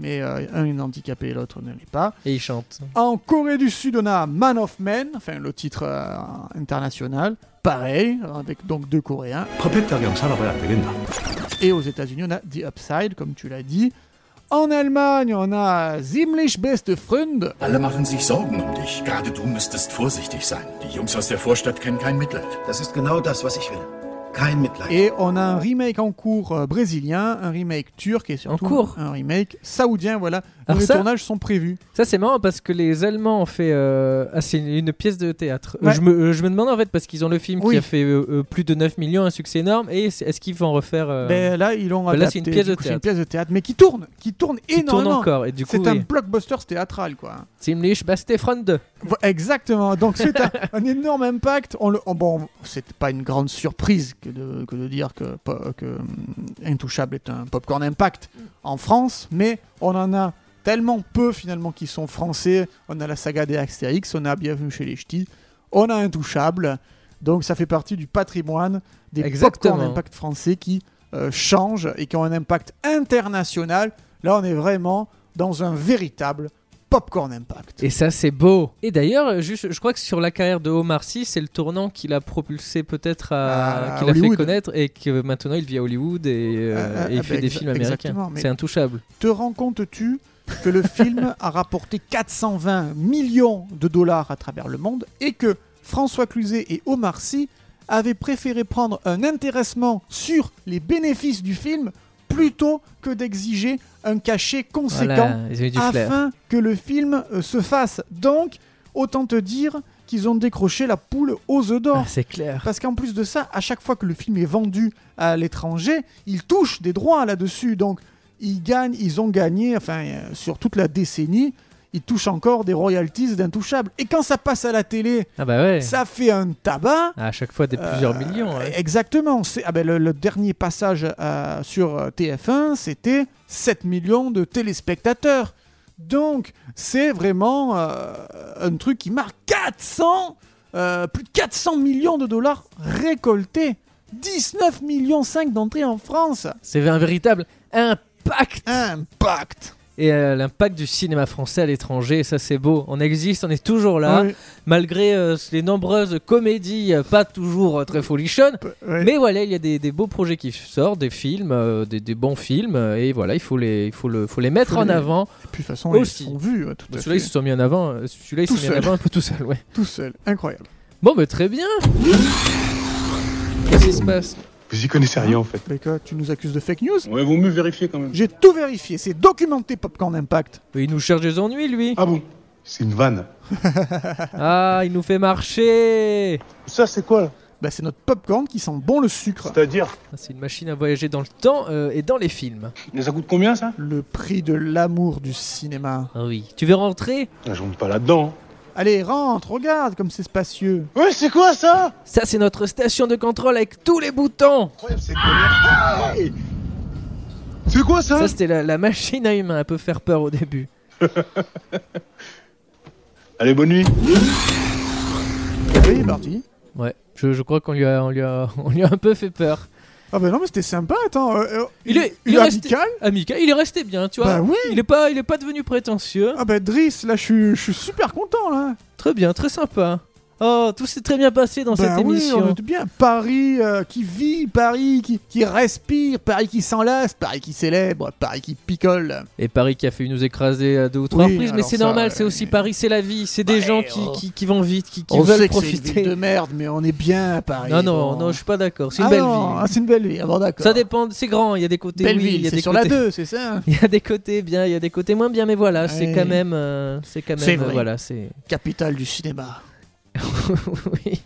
B: mais euh, un est handicapé et l'autre ne l'est pas.
A: Et ils chantent.
B: En Corée du Sud, on a Man of Men, enfin le titre euh, international. Pareil, avec donc deux Coréens. Et aux États-Unis, on a The Upside, comme tu l'as dit. En Allemagne, on a Ziemlich Beste Freund.
G: Alle machen sich Sorgen um dich. Gerade du müsstest vorsichtig sein. Die Jungs aus der Vorstadt kennen kein Mitleid.
F: Das ist genau das, was ich will. Kein Mitleid.
B: Et on a un remake en cours euh, brésilien, un remake turc et surtout
A: En cours
B: un remake saoudien, voilà.
A: Alors
B: les
A: ça-
B: tournages sont prévus.
A: Ça c'est marrant parce que les Allemands ont fait euh, ah, c'est une, une pièce de théâtre. Euh,
B: Ouais.
A: Je, me, euh, je me demande en fait parce qu'ils ont le film
B: Oui.
A: qui a fait euh, euh, plus de 9 millions, un succès énorme. Et c'est- est-ce qu'ils vont en refaire euh,
B: Ben, là, ils l'ont
A: ben là, c'est
B: adapté,
A: une pièce
B: du
A: de
B: coup, c'est
A: théâtre.
B: une pièce de théâtre, mais qui tourne, qui tourne
A: qui tourne
B: énormément.
A: encore Et du coup,
B: C'est un
A: oui. bah,
B: blockbuster théâtral, quoi.
A: Ziemlich beste Freunde.
B: Vo- Exactement. Donc c'est un, un énorme impact. On le, oh, bon, c'est pas une grande surprise que de, que de dire que, po- que hum, Intouchable est un popcorn impact en France, mais on en a tellement peu finalement qui sont français. On a la saga des Astérix, on a Bienvenue chez les Ch'tis, on a Intouchable. Donc ça fait partie du patrimoine des
A: Exactement.
B: popcorn impact français qui euh, changent et qui ont un impact international. Là, on est vraiment dans un véritable popcorn impact.
A: Et ça, c'est beau. Et d'ailleurs, euh, juste, je crois que sur la carrière de Omar Sy, c'est le tournant qui l'a propulsé peut-être à.
B: À
A: qui l'a fait
B: Ah, Hollywood.
A: connaître et que maintenant il vit à Hollywood et, euh,
B: Ah, ah,
A: et il
B: ah,
A: fait
B: bah,
A: des
B: exa-
A: films américains.
B: exactement, mais-
A: C'est intouchable.
B: Te rends compte-tu que le film a rapporté 420 millions de dollars à travers le monde et que François Cluzet et Omar Sy avaient préféré prendre un intéressement sur les bénéfices du film plutôt que d'exiger un cachet conséquent
A: Voilà, ils ont eu du flair.
B: afin que le film euh, se fasse. Donc, autant te dire qu'ils ont décroché la poule aux œufs d'or.
A: Ah, c'est clair.
B: Parce qu'en plus de ça, à chaque fois que le film est vendu à l'étranger, ils touchent des droits là-dessus. Donc, ils gagnent, ils ont gagné, enfin, euh, sur toute la décennie, ils touchent encore des royalties d'intouchables. Et quand ça passe à la télé,
A: Ah bah ouais. Ah,
B: ça fait un tabac.
A: À chaque fois, des plusieurs
B: Euh,
A: millions. ouais.
B: Exactement. C'est- ah ben, le, le dernier passage euh, sur euh, TF1, c'était 7 millions de téléspectateurs. Donc, c'est vraiment euh, un truc qui marque 400, euh, plus de 400 millions de dollars récoltés. 19 millions 5 d'entrées en France.
A: C'est un véritable impact.
B: Ah. Impact.
A: Et euh, l'impact du cinéma français à l'étranger, ça c'est beau. On existe, on est toujours là,
B: Ouais,
A: malgré euh, les nombreuses comédies, euh, pas toujours euh, très folichonnes.
B: ouais.
A: Mais voilà, il y a des, des beaux projets qui sortent, des films, euh, des, des bons films, euh, et voilà, il faut les, il faut le, faut les mettre
B: Faut
A: en
B: les-
A: avant.
B: Et puis, de toute façon,
A: Aussi. Bah,
B: ils sont vus, ouais, tout à
A: Celui-là, ils
B: fait.
A: se sont mis en avant, euh, celui-là, ils se
B: Tout
A: sont mis en
B: seul.
A: avant un peu tout seul, ouais.
B: tout seul. Incroyable.
A: Bon, mais très bien Qu'est-ce qui se passe
C: Vous y connaissez rien en fait.
B: Mais quoi, tu nous accuses de fake news
J: Ouais, vaut mieux vérifier quand même.
B: J'ai tout vérifié. C'est documenté Popcorn Impact.
A: Il nous cherche des ennuis, lui
C: Ah bon C'est une vanne.
A: Ah, il nous fait marcher
C: Ça, c'est quoi là
B: Bah, c'est notre popcorn qui sent bon le sucre.
C: C'est-à-dire
A: Ah, C'est une machine à voyager dans le temps euh, et dans les films.
C: Mais ça coûte combien ça
B: Le prix de l'amour du cinéma.
A: Ah oui. Tu veux rentrer
C: Ah, Je rentre pas là-dedans. hein.
B: Allez, rentre, regarde comme c'est spacieux.
C: Ouais, c'est quoi ça
A: Ça, c'est notre station de contrôle avec tous les boutons
C: Incroyable, c'est quoi C'est quoi ça
A: Ça, c'était la, la machine à humains. Elle peut faire peur au début.
C: Allez, bonne nuit.
B: Oui, Eh ben, il est parti.
A: Ouais. Je, je crois qu'on lui, a- on lui, a- on lui a un peu fait peur.
B: Ah bah non, mais c'était sympa, attends. euh, euh,
A: Il est- il est resté-
B: amical
A: Amica, Ah, il est resté bien, tu vois.
B: Bah oui.
A: Il est pas, il est pas devenu prétentieux.
B: Ah bah Driss, là je suis- je suis super content là.
A: Très bien, très sympa. Oh, tout s'est très bien passé dans
B: Bah
A: cette
B: oui,
A: émission.
B: on est bien. Paris euh, qui vit, Paris qui, qui respire, Paris qui s'enlace, Paris qui célèbre, Paris qui picole.
A: Et Paris qui a failli nous écraser à deux ou trois
B: Oui,
A: reprises, mais
B: alors
A: c'est
B: ça,
A: normal,
B: euh,
A: c'est aussi Paris, c'est la vie, c'est des
B: Bah,
A: gens qui,
B: oh.
A: qui, qui vont vite, qui, qui
B: on
A: veulent
B: sait que c'est une
A: profiter.
B: ville de merde, mais on est bien à Paris.
A: non, non,
B: bon.
A: non, je suis pas d'accord, c'est
B: Ah
A: une belle
B: non, ah,
A: ville.
B: c'est une belle vie, ah bon, d'accord.
A: Ça dépend, c'est grand, il y a des côtés
B: Belle
A: oui, il y
B: ville,
A: a
B: c'est
A: des
B: sur
A: côtés.
B: la 2, c'est ça hein.
A: Il y a des côtés bien, il y a des côtés moins bien, mais voilà, c'est
B: Ouais.
A: quand même, euh, c'est quand
B: C'est
A: même,
B: vrai.
A: voilà, c'est.
B: Capitale du cinéma.
A: oui.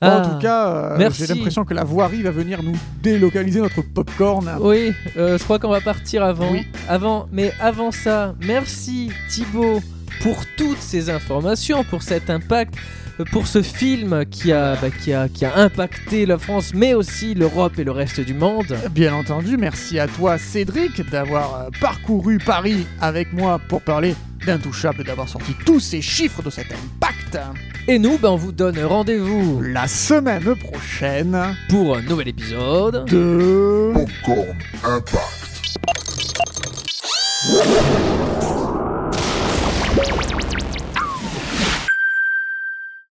B: Bon,
A: Ah,
B: en tout cas, euh,
A: merci.
B: j'ai l'impression que la voirie va venir nous délocaliser notre popcorn.
A: Oui, euh, je crois qu'on va partir avant.
B: Oui.
A: Avant, mais avant ça, merci Thibaut pour toutes ces informations, pour cet impact, euh, pour ce film qui a, bah, qui a, qui a impacté la France, mais aussi l'Europe et le reste du monde.
B: Bien entendu, merci à toi Cédric d'avoir euh, parcouru Paris avec moi pour parler d'Intouchable, d'avoir sorti tous ces chiffres de cet impact.
A: Et nous, bah, on vous donne rendez-vous
B: La semaine prochaine
A: pour un nouvel épisode.
B: de...
G: Popcorn Impact.